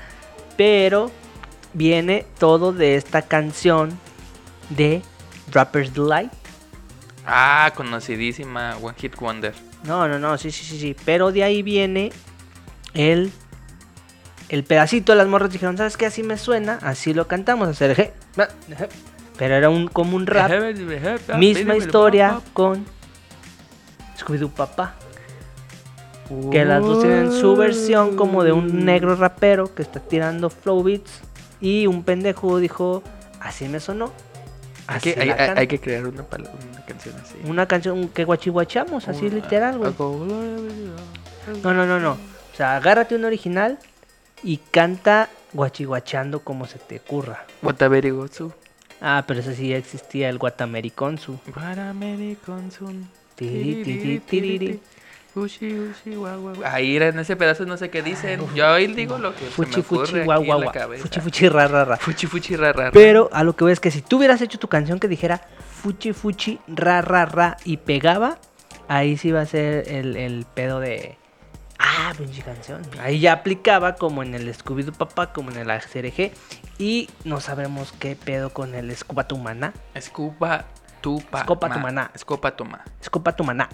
Speaker 2: Pero viene todo de esta canción de Rapper's Delight.
Speaker 1: Ah, conocidísima One Hit Wonder.
Speaker 2: No, no, no, sí, sí, sí, sí. Pero de ahí viene el. El pedacito de las morras dijeron, ¿sabes qué? Así me suena, así lo cantamos, hacer eje, ma, eje". Pero era un, como un rap, misma historia con Scooby-Doo Papá. Que las dos tienen
Speaker 1: Oh.
Speaker 2: su versión como de un negro rapero que está tirando flow beats. Y un pendejo dijo, así me sonó.
Speaker 1: Hay que,
Speaker 2: así
Speaker 1: hay,
Speaker 2: la
Speaker 1: hay-
Speaker 2: canto".
Speaker 1: hay que crear una, pala- una canción así.
Speaker 2: Una canción que guachihuachamos, así
Speaker 1: Una-
Speaker 2: literal, güey.
Speaker 1: algo-
Speaker 2: No, no, no, no. O sea, agárrate un original y canta guachiguachando como se te ocurra.
Speaker 1: Wataveri Gotsup.
Speaker 2: Ah, pero ese sí ya existía, el Guatamericonsu. Tiri, tiri, tiri.
Speaker 1: Ahí era en ese pedazo no sé qué dicen. Yo ahí digo lo que se
Speaker 2: Fuchi,
Speaker 1: me ocurre
Speaker 2: fuchi,
Speaker 1: aquí
Speaker 2: guau,
Speaker 1: en
Speaker 2: guau,
Speaker 1: la
Speaker 2: guau.
Speaker 1: cabeza.
Speaker 2: Fuchi, fuchi, ra, ra, ra.
Speaker 1: Fuchi fuchi ra, ra, ra.
Speaker 2: Pero a lo que voy es que si tú hubieras hecho tu canción que dijera fuchi, fuchi, ra, ra, ra y pegaba, ahí sí iba a ser el, el pedo de. Ah, pinche canción. Ahí ya aplicaba como en el Scooby-Doo Papá, como en el ACRG. Y no sabemos qué pedo con el Escopatumana.
Speaker 1: Escupa tu pa-
Speaker 2: Escopa
Speaker 1: ma.
Speaker 2: tu maná.
Speaker 1: Escopa tu ma.
Speaker 2: Escopatumana.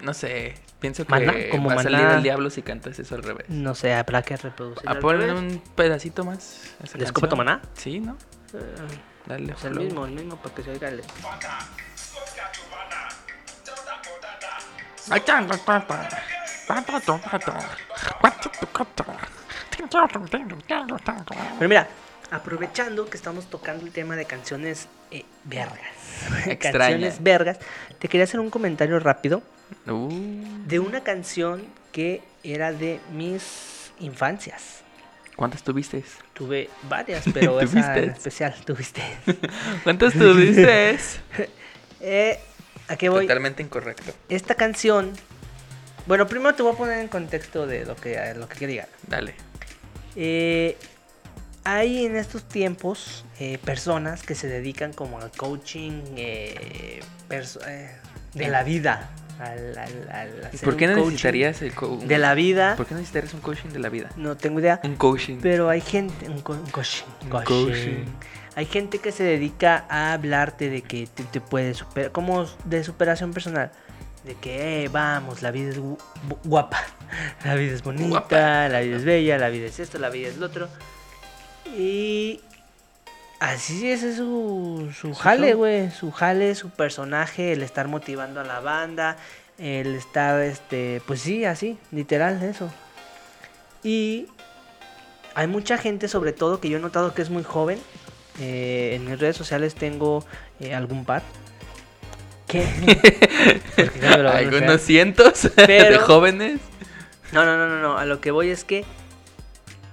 Speaker 1: No sé, pienso que
Speaker 2: Maná, como
Speaker 1: va a
Speaker 2: maná.
Speaker 1: salir el diablo si cantas eso al revés.
Speaker 2: No sé, habrá que reproducir.
Speaker 1: A poner Ah, un pedacito más. a esa
Speaker 2: ¿De
Speaker 1: canción.
Speaker 2: Escopatomaná?
Speaker 1: Sí, ¿no? Dale.
Speaker 2: Eh, Pues el
Speaker 1: flow.
Speaker 2: mismo, el mismo, para que se oiga el... Pero mira, aprovechando que estamos tocando el tema de canciones eh, vergas.
Speaker 1: Extraña.
Speaker 2: canciones vergas, te quería hacer un comentario rápido
Speaker 1: Uh,
Speaker 2: de una canción que era de mis infancias.
Speaker 1: ¿Cuántas tuviste?
Speaker 2: Tuve varias, pero esa en
Speaker 1: ¿Tuviste?
Speaker 2: especial tuviste.
Speaker 1: ¿Cuántas tuviste?
Speaker 2: Eh, ¿A qué voy?
Speaker 1: Totalmente incorrecto.
Speaker 2: Esta canción. Bueno, primero te voy a poner en contexto de lo que, eh, lo que quería.
Speaker 1: Dale.
Speaker 2: Eh, hay en estos tiempos eh, personas que se dedican como al coaching eh, perso- eh, de la vida. Al, al- al
Speaker 1: ¿Y
Speaker 2: hacer
Speaker 1: por qué
Speaker 2: un coaching
Speaker 1: necesitarías el co- un-
Speaker 2: De la vida.
Speaker 1: ¿Por qué necesitarías un coaching de la vida?
Speaker 2: No tengo idea.
Speaker 1: Un coaching.
Speaker 2: Pero hay gente. Un, co- un coaching.
Speaker 1: Un
Speaker 2: coaching.
Speaker 1: coaching.
Speaker 2: Hay gente que se dedica a hablarte de que te, te puedes superar. Como de superación personal. De que, eh, vamos, la vida es gu- bu- guapa. La vida es bonita.
Speaker 1: Guapa.
Speaker 2: La vida es bella. La vida es esto. La vida es lo otro. Y. Así es, es su, su
Speaker 1: Su
Speaker 2: jale,
Speaker 1: show.
Speaker 2: güey. Su jale, su personaje, el estar motivando a la banda, el estar, este, pues sí, así, literal, eso. Y hay mucha gente, sobre todo, que yo he notado que es muy joven. eh, en mis redes sociales tengo eh, algún par. ¿Qué? Porque ya me lo van a
Speaker 1: Algunos
Speaker 2: hacer.
Speaker 1: cientos de
Speaker 2: Pero-
Speaker 1: jóvenes.
Speaker 2: No, no, no, no, no. A lo que voy es que,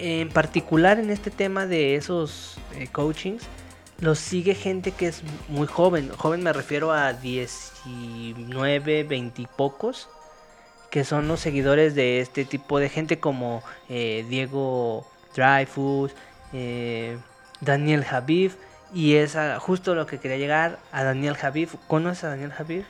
Speaker 2: en particular en este tema de esos eh, coachings, los sigue gente que es muy joven. Joven me refiero a 19, 20 y pocos, que son los seguidores de este tipo de gente como eh, Diego Dreyfus, eh, Daniel Javif. Y es a- justo lo que quería llegar a Daniel Javif. ¿Conoces a Daniel Javif?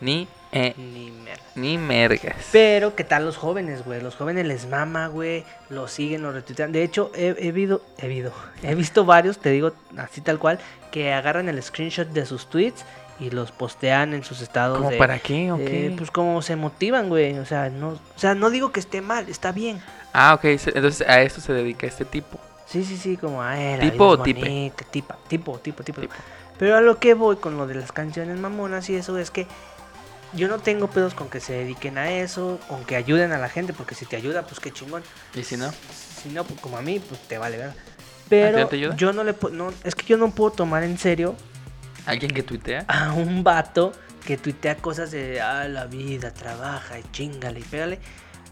Speaker 1: Ni, eh,
Speaker 2: Ni merda.
Speaker 1: ni mergas.
Speaker 2: Pero, ¿qué tal los jóvenes, güey? Los jóvenes les mama, güey. Los siguen, los retuitean. De hecho, he, he, vido- he, vido- he visto varios, te digo así tal cual, que agarran el screenshot de sus tweets y los postean en sus estados.
Speaker 1: ¿Cómo
Speaker 2: de,
Speaker 1: para qué o
Speaker 2: de,
Speaker 1: qué?
Speaker 2: pues, cómo se motivan, güey. O sea, no, o sea, no digo que esté mal, está bien.
Speaker 1: Ah, ok. se- Entonces a esto se dedica este tipo.
Speaker 2: Sí, sí, sí, como, ay, la
Speaker 1: ¿Tipo
Speaker 2: vida es
Speaker 1: o tipe?
Speaker 2: bonita, tipa, tipo, tipo, tipo,
Speaker 1: Tipo.
Speaker 2: Pero a lo que voy con lo de las canciones mamonas y eso es que yo no tengo pedos con que se dediquen a eso, con que ayuden a la gente, porque si te ayuda, pues qué chingón.
Speaker 1: ¿Y si no?
Speaker 2: Si no, pues, como a mí, pues te vale,
Speaker 1: ¿A
Speaker 2: ¿verdad?
Speaker 1: ti
Speaker 2: Pero
Speaker 1: no te ayuda?
Speaker 2: yo no le pu- no, es que yo no puedo tomar en serio
Speaker 1: ¿Alguien que tuitea?
Speaker 2: a un vato que tuitea cosas de ah, la vida, trabaja, y chingale y pégale.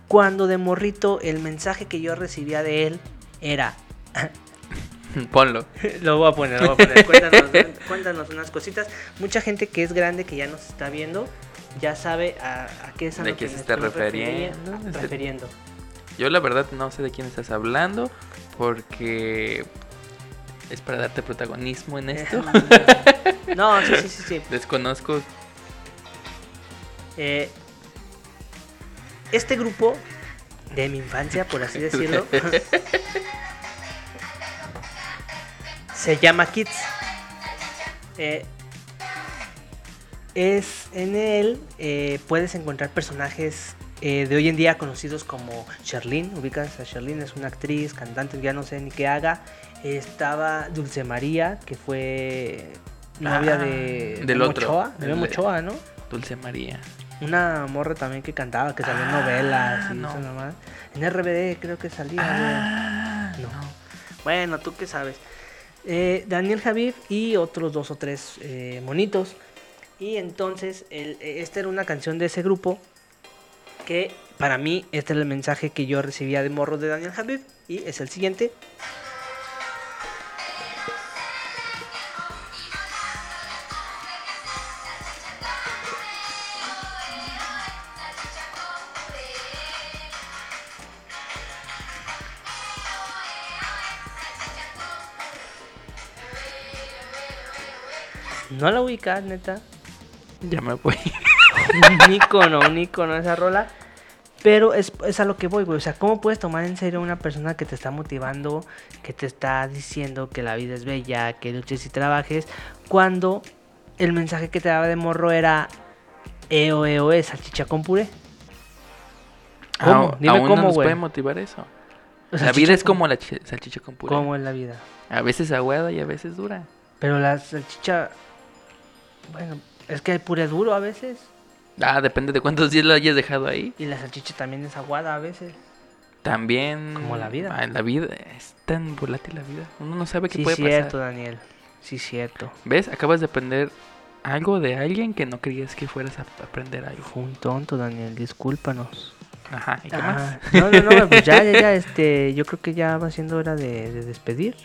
Speaker 2: Cuando de morrito el mensaje que yo recibía de él era
Speaker 1: Ponlo.
Speaker 2: Lo voy a poner, lo voy a poner. Cuéntanos, cuéntanos unas cositas. Mucha gente que es grande, que ya nos está viendo, ya sabe a, a qué es a
Speaker 1: ¿De
Speaker 2: lo
Speaker 1: qué
Speaker 2: que
Speaker 1: se
Speaker 2: me
Speaker 1: está
Speaker 2: estoy
Speaker 1: refiriendo?
Speaker 2: refiriendo-
Speaker 1: Este-
Speaker 2: refiriendo.
Speaker 1: Yo la verdad no sé de quién estás hablando porque es para darte protagonismo en esto.
Speaker 2: No, sí, sí, sí. sí.
Speaker 1: Desconozco.
Speaker 2: Eh, este grupo de mi infancia, por así decirlo, se llama Kids. Eh, es en él eh, puedes encontrar personajes eh, de hoy en día conocidos como Sherlyn. Ubicas a Sherlyn, es una actriz, cantante, ya no sé ni qué haga. Eh, estaba Dulce María, que fue novia
Speaker 1: Ah,
Speaker 2: de,
Speaker 1: del
Speaker 2: de
Speaker 1: otro,
Speaker 2: Mochoa, de
Speaker 1: el-
Speaker 2: Mochoa, ¿no?
Speaker 1: Dulce María.
Speaker 2: Una morra también que cantaba, que salió en
Speaker 1: Ah,
Speaker 2: novelas y
Speaker 1: no.
Speaker 2: eso nomás. En RBD creo que salía. güey.
Speaker 1: Ah,
Speaker 2: no. Bueno, tú qué sabes. Eh, Daniel Javif y otros dos o tres eh, monitos. Y entonces, el- eh, esta era una canción de ese grupo que para mí este era el mensaje que yo recibía de morro de Daniel Javif y es el siguiente. No la ubicas, neta.
Speaker 1: Ya me voy.
Speaker 2: un icono, un icono esa rola. Pero es, es a lo que voy, güey. O sea, ¿cómo puedes tomar en serio a una persona que te está motivando, que te está diciendo que la vida es bella, que luches y trabajes, cuando el mensaje que te daba de morro era EO, EO, salchicha con puré? ¿Cómo?
Speaker 1: Au-
Speaker 2: Dime
Speaker 1: aún
Speaker 2: cómo,
Speaker 1: no nos
Speaker 2: güey.
Speaker 1: puede motivar eso.
Speaker 2: O
Speaker 1: la
Speaker 2: salchicha
Speaker 1: vida es
Speaker 2: con-
Speaker 1: como la chi- salchicha con puré.
Speaker 2: Como es la vida.
Speaker 1: A veces aguada y a veces dura.
Speaker 2: Pero la salchicha. Bueno, es que el puré es duro a veces.
Speaker 1: Ah, depende de cuántos días lo hayas dejado ahí.
Speaker 2: Y la salchicha también es aguada a veces.
Speaker 1: También.
Speaker 2: Como la vida.
Speaker 1: Ah, la vida es tan volátil la vida. Uno no sabe qué
Speaker 2: Sí,
Speaker 1: puede
Speaker 2: cierto,
Speaker 1: pasar.
Speaker 2: Daniel. Sí, cierto.
Speaker 1: ¿Ves? Acabas de aprender algo de alguien que no creías que fueras a aprender algo.
Speaker 2: Fue un tonto, Daniel. Discúlpanos.
Speaker 1: Ajá, ¿y qué
Speaker 2: Ah,
Speaker 1: más?
Speaker 2: no, no, no. Pues ya, ya, ya. Este, yo creo que ya va siendo hora de, de despedir.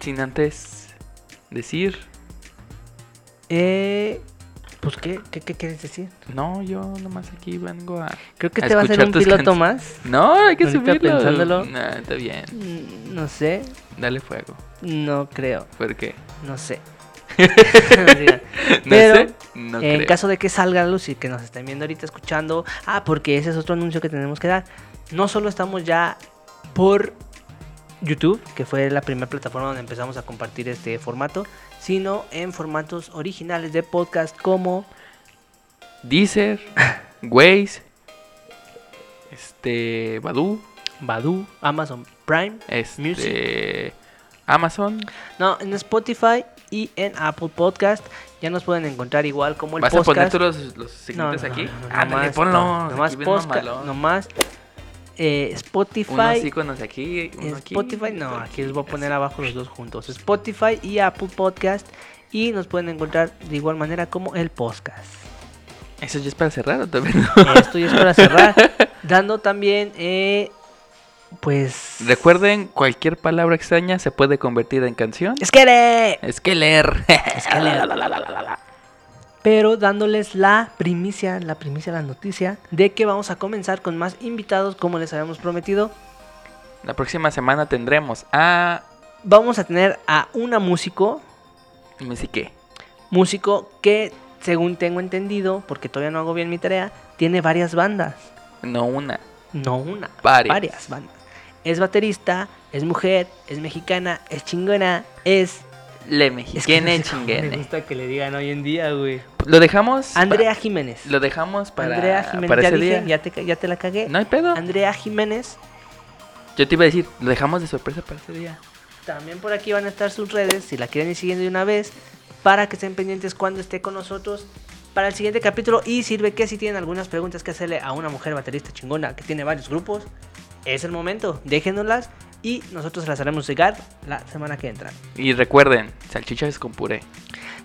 Speaker 1: Sin antes decir.
Speaker 2: Eh, pues, ¿qué, qué, qué quieres decir?
Speaker 1: No, yo nomás aquí vengo a.
Speaker 2: Creo que
Speaker 1: A
Speaker 2: este va a ser
Speaker 1: escuchar
Speaker 2: un
Speaker 1: tus
Speaker 2: piloto
Speaker 1: canciones.
Speaker 2: más.
Speaker 1: No, hay que
Speaker 2: Ahorita
Speaker 1: subirlo.
Speaker 2: pensándolo.
Speaker 1: Nah, está bien.
Speaker 2: Mm, No sé.
Speaker 1: Dale fuego.
Speaker 2: No creo.
Speaker 1: ¿Por qué?
Speaker 2: No sé. No digan.
Speaker 1: No
Speaker 2: Pero,
Speaker 1: sé. No
Speaker 2: en
Speaker 1: creo.
Speaker 2: caso de que salga a luz y que nos estén viendo ahorita escuchando, ah, porque ese es otro anuncio que tenemos que dar. No solo estamos ya por YouTube, que fue la primera plataforma donde empezamos a compartir este formato, sino en formatos originales de podcast como
Speaker 1: Deezer, Waze, este, Badu,
Speaker 2: Badu, Amazon Prime,
Speaker 1: este,
Speaker 2: Music.
Speaker 1: Amazon.
Speaker 2: no, en Spotify y en Apple Podcast. Ya nos pueden encontrar igual como el
Speaker 1: ¿Vas
Speaker 2: podcast.
Speaker 1: a poner tú los, los
Speaker 2: No,
Speaker 1: segmentos
Speaker 2: no,
Speaker 1: aquí?
Speaker 2: no, no, no
Speaker 1: Ándale,
Speaker 2: más,
Speaker 1: ponlo.
Speaker 2: no, no
Speaker 1: aquí
Speaker 2: más
Speaker 1: bien
Speaker 2: posca-
Speaker 1: mamalón.
Speaker 2: no más, eh, Spotify.
Speaker 1: Unos íconos aquí, uno aquí,
Speaker 2: Spotify, no,
Speaker 1: otro
Speaker 2: Pues aquí les voy a poner abajo los dos juntos. Spotify y Apple Podcast. Y nos pueden encontrar de igual manera como el podcast.
Speaker 1: ¿Eso ya es para cerrar o todavía no?
Speaker 2: Esto ya es para cerrar. Dando también, eh, pues...
Speaker 1: Recuerden, cualquier palabra extraña se puede convertir en canción.
Speaker 2: ¡Es que le-
Speaker 1: Es que leer.
Speaker 2: Es que leer. Pero dándoles la primicia, la primicia, la noticia de que vamos a comenzar con más invitados como les habíamos prometido.
Speaker 1: La próxima semana tendremos a...
Speaker 2: Vamos a tener a una músico,
Speaker 1: Me sé qué.
Speaker 2: músico que, según tengo entendido, porque todavía no hago bien mi tarea, tiene varias bandas.
Speaker 1: No una.
Speaker 2: No una,
Speaker 1: Varias.
Speaker 2: varias. bandas. Es baterista, es mujer, es mexicana, es chingona, es...
Speaker 1: Le
Speaker 2: es que
Speaker 1: mexicana
Speaker 2: no sé cómo Me
Speaker 1: chinguene.
Speaker 2: gusta que le digan hoy en día, güey.
Speaker 1: Lo dejamos... pa-
Speaker 2: Andrea Jiménez.
Speaker 1: Lo dejamos para,
Speaker 2: Andrea Jiménez,
Speaker 1: para
Speaker 2: ya
Speaker 1: ese
Speaker 2: dije,
Speaker 1: día.
Speaker 2: ya te, ca- ya te la cagué.
Speaker 1: No hay pedo.
Speaker 2: Andrea Jiménez.
Speaker 1: Yo te iba a decir, lo dejamos de sorpresa para ese día.
Speaker 2: También por aquí van a estar sus redes, si la quieren ir siguiendo de una vez, para que estén pendientes cuando esté con nosotros para el siguiente capítulo. Y sirve que si tienen algunas preguntas que hacerle a una mujer baterista chingona que tiene varios grupos, es el momento. Déjenoslas y nosotros se las haremos llegar la semana que entra.
Speaker 1: Y recuerden, salchichas con puré.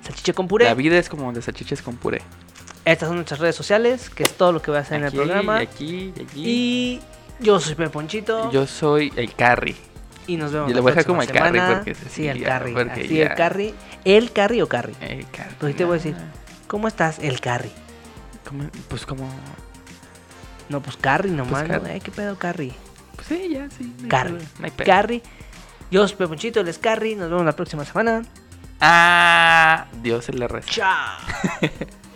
Speaker 2: Salchicha con puré.
Speaker 1: La vida es como de salchichas con puré.
Speaker 2: Estas son nuestras redes sociales, que es todo lo que voy a hacer en el
Speaker 1: Aquí,
Speaker 2: programa.
Speaker 1: y aquí, y aquí.
Speaker 2: Y yo soy Pepe Ponchito.
Speaker 1: Yo soy el carry.
Speaker 2: y nos vemos.
Speaker 1: yo
Speaker 2: la
Speaker 1: lo voy a dejar
Speaker 2: próxima
Speaker 1: como el Carry,
Speaker 2: semana.
Speaker 1: porque sí,
Speaker 2: Sí, el
Speaker 1: ya,
Speaker 2: carry.
Speaker 1: porque
Speaker 2: así,
Speaker 1: ya.
Speaker 2: el carry. El carry o carry.
Speaker 1: El carry.
Speaker 2: Pues te voy a decir.
Speaker 1: Eh.
Speaker 2: ¿Cómo estás, el carry?
Speaker 1: ¿Cómo? Pues como...
Speaker 2: No, pues carry nomás.
Speaker 1: Pues,
Speaker 2: ¿no?
Speaker 1: Carry.
Speaker 2: Ay, qué pedo, carry.
Speaker 1: Pues sí, ya, sí. no hay
Speaker 2: Carry.
Speaker 1: pedo, No hay pedo.
Speaker 2: Carry. Yo soy Pepe Ponchito, él es carry. Nos vemos la próxima semana.
Speaker 1: Ah, Dios se la reza.
Speaker 2: Chao.